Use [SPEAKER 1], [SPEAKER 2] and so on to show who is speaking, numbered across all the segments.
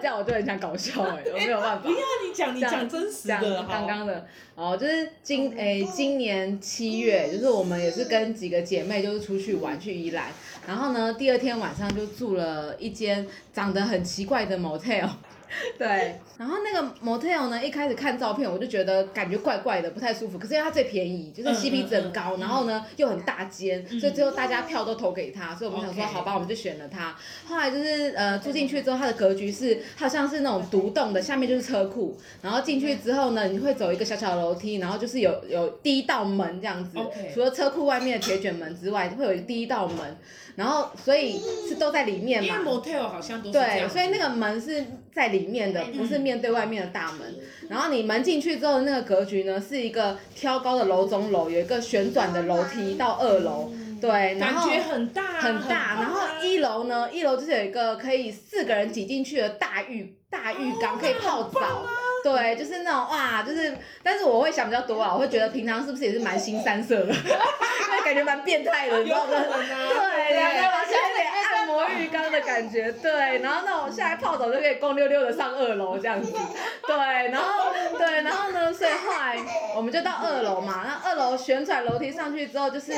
[SPEAKER 1] 这样我就很想搞笑哎、我没有办法
[SPEAKER 2] 不。要你讲，你
[SPEAKER 1] 这样
[SPEAKER 2] 讲真实
[SPEAKER 1] 这样
[SPEAKER 2] 的，好
[SPEAKER 1] 刚。刚的，哦，就是今诶、今年七
[SPEAKER 2] 哦
[SPEAKER 1] 月，就是我们也是跟几个姐妹就是出去玩去宜兰，然后呢第二天晚上就住了一间长得很奇怪的 motel，对，然后那个 motel 呢一开始看照片我就觉得感觉怪怪的，不太舒服，可是因为它最便宜，就是
[SPEAKER 2] 嗯
[SPEAKER 1] CP 值很高，
[SPEAKER 2] 嗯嗯
[SPEAKER 1] 然后呢又很大间，
[SPEAKER 2] 嗯
[SPEAKER 1] 所以最后大家票都投给他，所以我们想说
[SPEAKER 2] OK
[SPEAKER 1] 好吧，我们就选了它。后来就是呃住进去之后，它的格局是它好像是那种独栋的，下面就是车库，然后进去之后呢，你会走一个小小的楼梯，然后就是有有第一道门这样子
[SPEAKER 2] OK
[SPEAKER 1] 除了车库外面的铁卷门之外，会有第一道门，然后所以是都在里面
[SPEAKER 2] 因为
[SPEAKER 1] 嘛。
[SPEAKER 2] motel 好像都是这
[SPEAKER 1] 对，
[SPEAKER 2] 样子，
[SPEAKER 1] 所以那个门是在里面的，不是面对外面的大门。然后你门进去之后，那个格局呢是一个挑高的楼中楼，有一个旋转的楼梯到二楼。对，然
[SPEAKER 2] 感
[SPEAKER 1] 后
[SPEAKER 2] 觉很大
[SPEAKER 1] 很大，
[SPEAKER 2] 棒啊
[SPEAKER 1] 然后一楼呢，一楼就是有一个可以四个人挤进去的大浴大浴
[SPEAKER 2] 哦
[SPEAKER 1] 缸，可以泡澡。
[SPEAKER 2] 啊
[SPEAKER 1] 对，就是那种哇，就是，但是我会想比较多啊，我会觉得平常是不是也是蛮新三色的， 会感觉蛮变态的，你知
[SPEAKER 2] 有
[SPEAKER 1] 道
[SPEAKER 2] 可
[SPEAKER 1] 吗？
[SPEAKER 2] 能啊，
[SPEAKER 1] 对，两个往下有点按摩浴缸的感觉，对，然后那种下来泡澡就可以光溜溜的上二楼这样子，对，然后对，然后呢，所以后来我们就到二楼嘛，那二楼旋转楼梯上去之后，就是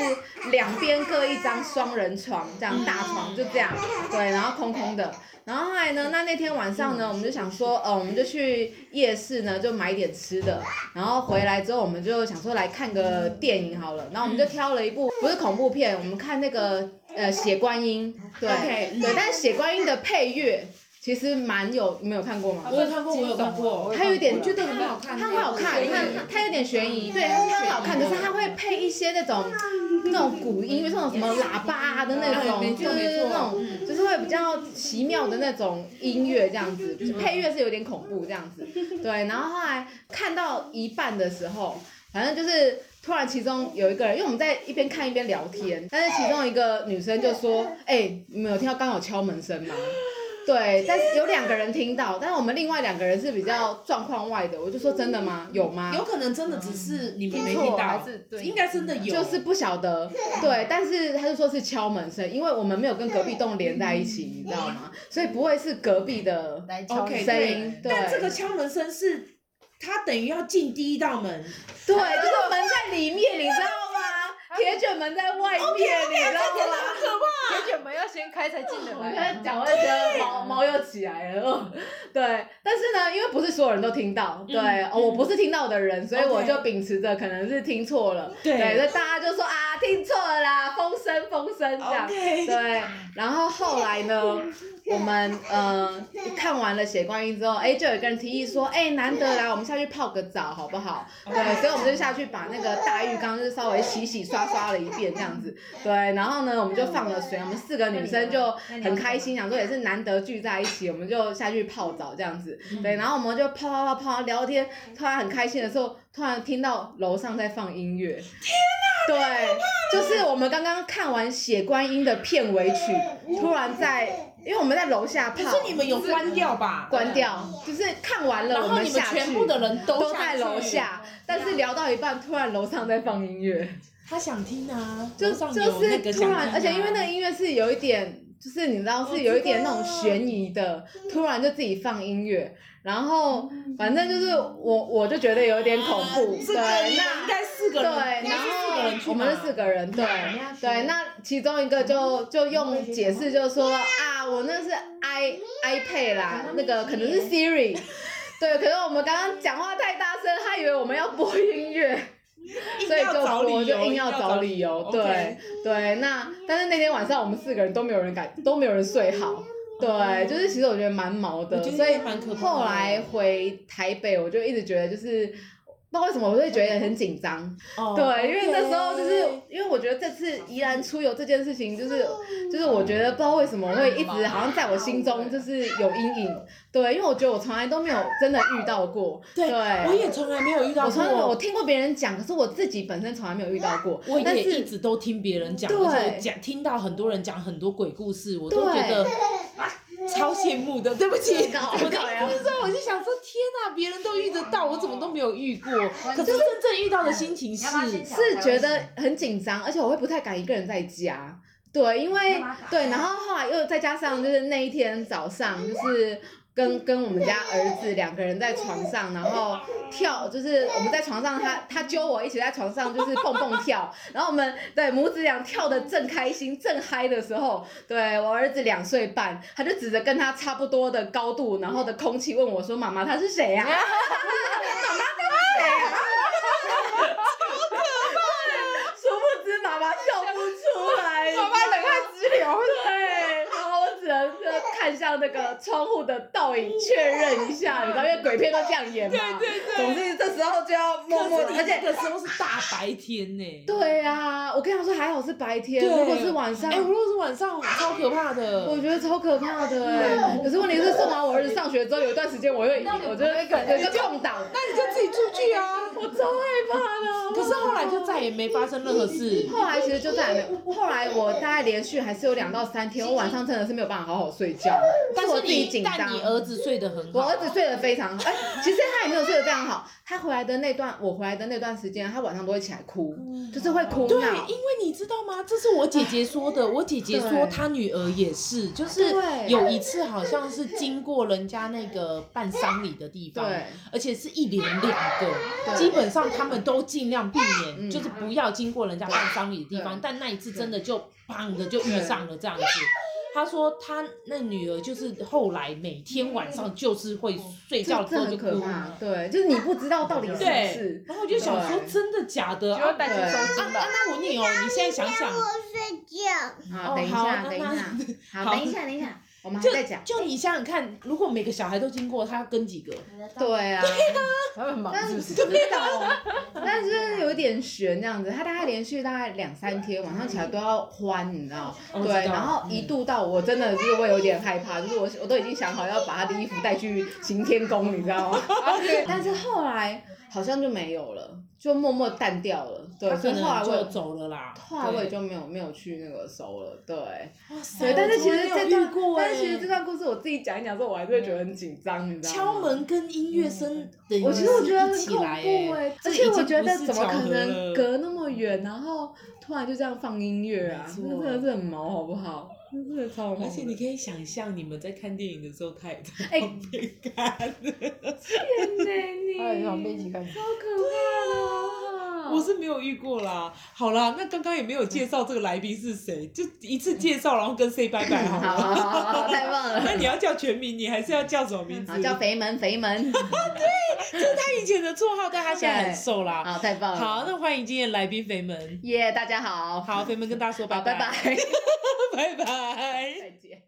[SPEAKER 1] 两边各一张双人床，这样大床就这样，对，然后空空的。然后后来呢？那那天晚上呢，我们就想说，呃，我们就去夜市呢，就买一点吃的。然后回来之后，我们就想说来看个电影好了。然后我们就挑了一部不是恐怖片，我们看那个呃《血观音》。对
[SPEAKER 2] OK，嗯
[SPEAKER 1] 对，但是《血观音》的配乐其实蛮有，你们有看过吗？
[SPEAKER 2] 我有看过，我有看过，
[SPEAKER 1] 它有点
[SPEAKER 3] 我觉得很好
[SPEAKER 1] 它
[SPEAKER 3] 看，
[SPEAKER 1] 很好看，它它有点悬疑，对，它它很好看，可是它会配一些那种那种古音乐，那种什么喇叭啊的那
[SPEAKER 2] 哎没
[SPEAKER 1] 种，就
[SPEAKER 2] 错
[SPEAKER 1] 是
[SPEAKER 2] 没错嗯
[SPEAKER 1] 那种就是会比较奇妙的那种音乐这样子，配乐是有点恐怖这样子，对。然后后来看到一半的时候，反正就是突然其中有一个人，因为我们在一边看一边聊天，但是其中一个女生就说：“哎、你们有听到刚好敲门声吗？” 对，但是有两个人听到，但是我们另外两个人是比较状况外的，我就说真的吗？有吗？
[SPEAKER 2] 有可能真的只是你们没
[SPEAKER 3] 听
[SPEAKER 2] 听
[SPEAKER 3] 错
[SPEAKER 2] 到
[SPEAKER 3] 还是，对
[SPEAKER 2] 应该真的有，
[SPEAKER 1] 嗯就是不晓 得，对，但是他就说是敲门声，因为我们没有跟隔壁栋连在一起，你知道 吗？所以不会是隔壁的
[SPEAKER 3] 来敲
[SPEAKER 2] OK，
[SPEAKER 1] 声
[SPEAKER 2] 对
[SPEAKER 1] 音，对，
[SPEAKER 2] 但这个敲门声是。他等于要进第一道门，
[SPEAKER 1] 对，就是门在里面，你知道吗？ 铁卷门在外面，你知道吗？
[SPEAKER 3] 而且我们要先开才进得
[SPEAKER 1] 我刚
[SPEAKER 3] 来。
[SPEAKER 1] 才讲，我就觉得毛毛又起来了。哦对，但是呢，因为不是所有人都听到，对，
[SPEAKER 2] 嗯
[SPEAKER 1] 哦我不是听到的人，所以
[SPEAKER 2] OK
[SPEAKER 1] 我就秉持着可能是听错了，
[SPEAKER 2] 对
[SPEAKER 1] 所以大家就说啊，听错了啦，风声风声这样。
[SPEAKER 2] OK
[SPEAKER 1] 对， 然后后来呢，我们呃看完了《血观音》之后，哎，就有一个人提议说，哎，难得来，我们下去泡个澡好不好？对，所以我们就下去把那个大浴缸就是稍微洗洗刷刷了一遍这样子。对，然后呢，我们就放了水，我们四个女生就很开心，想说也是难得聚在一起，我们就下去泡澡这样子。对，然后我们就泡泡泡泡聊天，突然很开心的时候，突然听到楼上在放音乐。对，就是我们刚刚看完《血观音》的片尾曲，突然在，因为我们在楼下泡
[SPEAKER 2] 可，是你们有关掉吧？
[SPEAKER 1] 关掉，就是看完了
[SPEAKER 2] 然
[SPEAKER 1] 我
[SPEAKER 2] 后你们
[SPEAKER 1] 下去，
[SPEAKER 2] 全部的人都
[SPEAKER 1] 都
[SPEAKER 2] 下
[SPEAKER 1] 在
[SPEAKER 2] 去
[SPEAKER 1] 楼下，但是聊到一半，突然楼上在放音乐，
[SPEAKER 2] 他想听啊，
[SPEAKER 1] 就
[SPEAKER 2] 楼上
[SPEAKER 1] 就
[SPEAKER 2] 有那个
[SPEAKER 1] 是突
[SPEAKER 2] 想听
[SPEAKER 1] 然，
[SPEAKER 2] 啊
[SPEAKER 1] 而且因为那个音乐是有一点。就是你知道是有一点那种悬疑的，突然就自己放音乐，然后反正就是我我就觉得有点恐怖，
[SPEAKER 2] 这
[SPEAKER 1] 对，
[SPEAKER 2] 个你
[SPEAKER 1] 那
[SPEAKER 2] 们应该四啊个
[SPEAKER 1] 啊对，
[SPEAKER 2] 人，
[SPEAKER 1] 然后
[SPEAKER 2] 应该是四个人去吧
[SPEAKER 1] 我们是四个人，对对，
[SPEAKER 2] 嗯
[SPEAKER 1] 那其中一个就就用解释就说啊，我那是 i iPad
[SPEAKER 2] 嗯
[SPEAKER 1] 啦，那个可能是 Siri，对，可是我们刚刚讲话太大声，他以为我们要播 音乐。所以
[SPEAKER 2] 硬要
[SPEAKER 1] 就
[SPEAKER 2] 找理
[SPEAKER 1] 播，
[SPEAKER 2] 由
[SPEAKER 1] 就硬要找理
[SPEAKER 2] 理
[SPEAKER 1] 由，
[SPEAKER 2] OK
[SPEAKER 1] 对对。那但是那天晚上我们四个人都没有人敢，都没有人睡好，对，就是其实我觉得蛮毛的，
[SPEAKER 2] 嗯我觉得
[SPEAKER 1] 所以
[SPEAKER 2] 应该蛮可怕的
[SPEAKER 1] 后来回台北，我就一直觉得就是。不知道为什么，我会觉得很紧张。
[SPEAKER 2] 哦
[SPEAKER 1] 对，因为那时候就是
[SPEAKER 2] ，OK
[SPEAKER 1] 因为我觉得这次宜兰出游这件事情，就是
[SPEAKER 2] 嗯
[SPEAKER 1] 就是我觉得不知道为什么会一直好像在我心中就是有阴影。对，因为我觉得我从来都没有真的遇到过。
[SPEAKER 2] 对，
[SPEAKER 1] 对
[SPEAKER 2] 我也从来没有遇到
[SPEAKER 1] 我从来没有我
[SPEAKER 2] 过，
[SPEAKER 1] 听过别人讲，可是我自己本身从来没有遇到过。
[SPEAKER 2] 我
[SPEAKER 1] 但
[SPEAKER 2] 也一
[SPEAKER 1] 是
[SPEAKER 2] 直都听别人讲，
[SPEAKER 1] 对
[SPEAKER 2] 而且讲听到很多人讲很多鬼故事，我都
[SPEAKER 1] 对
[SPEAKER 2] 觉得啊超羡慕 的。对不起，
[SPEAKER 1] 搞
[SPEAKER 2] 我刚
[SPEAKER 1] 搞呀
[SPEAKER 2] 刚说我就想说，天哪、别人都遇得到，我怎么都没有遇过？可是真正遇到的心情是
[SPEAKER 3] 要不要先讲
[SPEAKER 1] 是觉得很紧张，而且我会不太敢一个人在家。对，因为
[SPEAKER 3] 干嘛打开
[SPEAKER 1] 对，然后后来又再加上就是那一天早上，就是跟跟我们家儿子两个人在床上，然后跳，就是我们在床上他，他揪我一起在床上就是蹦蹦跳，然后我们对母子俩跳的正开心正嗨的时候，对我儿子两岁半，他就指着跟他差不多的高度，然后的空气问我说：“妈妈，他是谁呀、啊 妈妈他是谁啊呀、殊不知妈妈笑不出来，妈妈冷汗直流。对，然后我只能是看向那个窗户的倒影确认一下，你知道，因为鬼片都这样演嘛。对对对。总之这时候就要默默
[SPEAKER 2] 可
[SPEAKER 1] 地，
[SPEAKER 2] 是
[SPEAKER 1] 而
[SPEAKER 2] 你
[SPEAKER 1] 且
[SPEAKER 2] 那个时候是大白天呢。
[SPEAKER 1] 对啊，我跟他说还好是白天，
[SPEAKER 2] 对
[SPEAKER 1] 如果是晚上
[SPEAKER 2] 哎，。如果是晚上，超可怕的。
[SPEAKER 1] 我觉得超可怕的哎、可是问题是送完我儿子上学之后，有一段时间我会，我就会感觉就空档，
[SPEAKER 2] 那你就自己出去啊。
[SPEAKER 1] 我超害怕的。
[SPEAKER 2] 可是后来就再也没发生任何事。
[SPEAKER 1] 后来其实就再也没有，后来我大概连续还是有两到三天，我晚上真的是没有办法好好睡觉，
[SPEAKER 2] 但
[SPEAKER 1] 是我
[SPEAKER 2] 是
[SPEAKER 1] 自己
[SPEAKER 2] 你
[SPEAKER 1] 紧张
[SPEAKER 2] 但。你儿子睡得很
[SPEAKER 1] 我
[SPEAKER 2] 好
[SPEAKER 1] 儿。子睡得非常好，哎、其实他也没有睡得非常好。他回来的那段，我回来的那段时间，他晚上都会起来哭，就是会哭
[SPEAKER 2] 对，
[SPEAKER 1] 闹。
[SPEAKER 2] 因为你知道吗？这是我姐姐说的。我姐姐说
[SPEAKER 1] 对
[SPEAKER 2] 她女儿也是，就是
[SPEAKER 1] 对
[SPEAKER 2] 有一次好像是经过人家那个办丧礼的地方，
[SPEAKER 1] 对
[SPEAKER 2] 而且是一连两个，
[SPEAKER 1] 对
[SPEAKER 2] 基本上他们都尽量避免，
[SPEAKER 1] 嗯
[SPEAKER 2] 就是不要经过人家办丧礼的地方。
[SPEAKER 1] 对
[SPEAKER 2] 但那一次真的就砰的就遇上了这样子。她说她那女儿就是后来每天晚上就是会睡
[SPEAKER 1] 就
[SPEAKER 2] 觉之
[SPEAKER 1] 这
[SPEAKER 2] 后
[SPEAKER 1] 很
[SPEAKER 2] 就
[SPEAKER 1] 可
[SPEAKER 2] 哭。
[SPEAKER 1] 怕，对，就是你不知道到底是不
[SPEAKER 2] 对
[SPEAKER 1] 是，。
[SPEAKER 2] 然后我就想说，
[SPEAKER 1] 对
[SPEAKER 2] 真的假的？
[SPEAKER 3] 就要
[SPEAKER 2] 啊
[SPEAKER 3] 带去收
[SPEAKER 2] 啊，
[SPEAKER 3] 金 了。
[SPEAKER 2] 那我问你哦，你现在想想，
[SPEAKER 4] 我睡觉，
[SPEAKER 1] 啊，
[SPEAKER 2] 哦
[SPEAKER 1] 等一
[SPEAKER 2] 好
[SPEAKER 1] 下，
[SPEAKER 2] 那
[SPEAKER 1] 等一下，
[SPEAKER 2] 好
[SPEAKER 1] 好，等一下，等一 下，我们还
[SPEAKER 2] 就
[SPEAKER 1] 在讲。
[SPEAKER 2] 就你想想看，如果每个小孩都经过，他要跟几个？
[SPEAKER 1] 对啊，
[SPEAKER 3] 他们很忙
[SPEAKER 1] 但
[SPEAKER 3] 是
[SPEAKER 1] 是
[SPEAKER 3] 不
[SPEAKER 1] 知
[SPEAKER 3] 是？
[SPEAKER 1] 道，但是有点悬这样子。他大概连续大概两三天晚上起来都要欢，你知道？
[SPEAKER 2] 哦我知
[SPEAKER 1] 对，
[SPEAKER 2] 道嗯
[SPEAKER 1] 然后一度到我真的就是会有点害怕，就是我我都已经想好要把他的衣服带去行天宫，你知 道吗？
[SPEAKER 3] 啊
[SPEAKER 1] 但是后来好像就没有了，就默默淡掉了。对，
[SPEAKER 2] 他
[SPEAKER 1] 所
[SPEAKER 2] 可
[SPEAKER 1] 以后来
[SPEAKER 2] 能
[SPEAKER 1] 我
[SPEAKER 2] 就
[SPEAKER 1] 也
[SPEAKER 2] 走了啦。
[SPEAKER 1] 后来我也
[SPEAKER 2] 对
[SPEAKER 1] 就没有没有去那个收了。对，
[SPEAKER 2] 哇塞
[SPEAKER 1] 对，但是其
[SPEAKER 2] 我
[SPEAKER 1] 实
[SPEAKER 2] 从来
[SPEAKER 1] 这
[SPEAKER 2] 没有遇
[SPEAKER 1] 段，
[SPEAKER 2] 过
[SPEAKER 1] 但是其实这
[SPEAKER 2] 哎，
[SPEAKER 1] 段故事我自己讲一讲之后，我还是会觉得很紧张，你知道吗？
[SPEAKER 2] 敲门跟音乐声等于
[SPEAKER 1] 我其实我觉得很
[SPEAKER 2] 是一起
[SPEAKER 1] 恐怖欸
[SPEAKER 2] 来哎，这
[SPEAKER 1] 而
[SPEAKER 2] 已
[SPEAKER 1] 且我
[SPEAKER 2] 经
[SPEAKER 1] 觉
[SPEAKER 2] 不
[SPEAKER 1] 得
[SPEAKER 2] 是
[SPEAKER 1] 怎么
[SPEAKER 2] 巧
[SPEAKER 1] 可
[SPEAKER 2] 合
[SPEAKER 1] 能
[SPEAKER 2] 了
[SPEAKER 1] 隔那么远，然后突然就这样放音乐啊？
[SPEAKER 2] 没
[SPEAKER 1] 这
[SPEAKER 2] 错
[SPEAKER 1] 真的是很毛，好不好？这真的超毛的。
[SPEAKER 2] 而且你可哦以想象，你们在看电影的时候，他也在
[SPEAKER 1] 哎
[SPEAKER 2] 旁边
[SPEAKER 1] 嗯
[SPEAKER 2] 看。
[SPEAKER 3] 哎，你往边一起看。
[SPEAKER 1] 哦
[SPEAKER 2] 我是没有遇过啦。好啦，那刚刚也没有介绍这个来宾是谁，就一次介绍，然后跟 say 拜拜好
[SPEAKER 1] 好
[SPEAKER 2] 了。
[SPEAKER 1] 好好好好，太棒了
[SPEAKER 2] 那。你要叫全名，你还是要叫什么名字
[SPEAKER 1] 好，？叫肥门肥门，
[SPEAKER 2] 他以前的绰号，但他现在很瘦啦。
[SPEAKER 1] 好，太棒了。
[SPEAKER 2] 好，，那欢迎今天的来宾肥门。
[SPEAKER 1] 耶，大家好，
[SPEAKER 2] 好，肥门跟大家说拜
[SPEAKER 1] 好，拜
[SPEAKER 2] 拜，拜
[SPEAKER 1] 拜，
[SPEAKER 2] 拜。
[SPEAKER 1] 再见。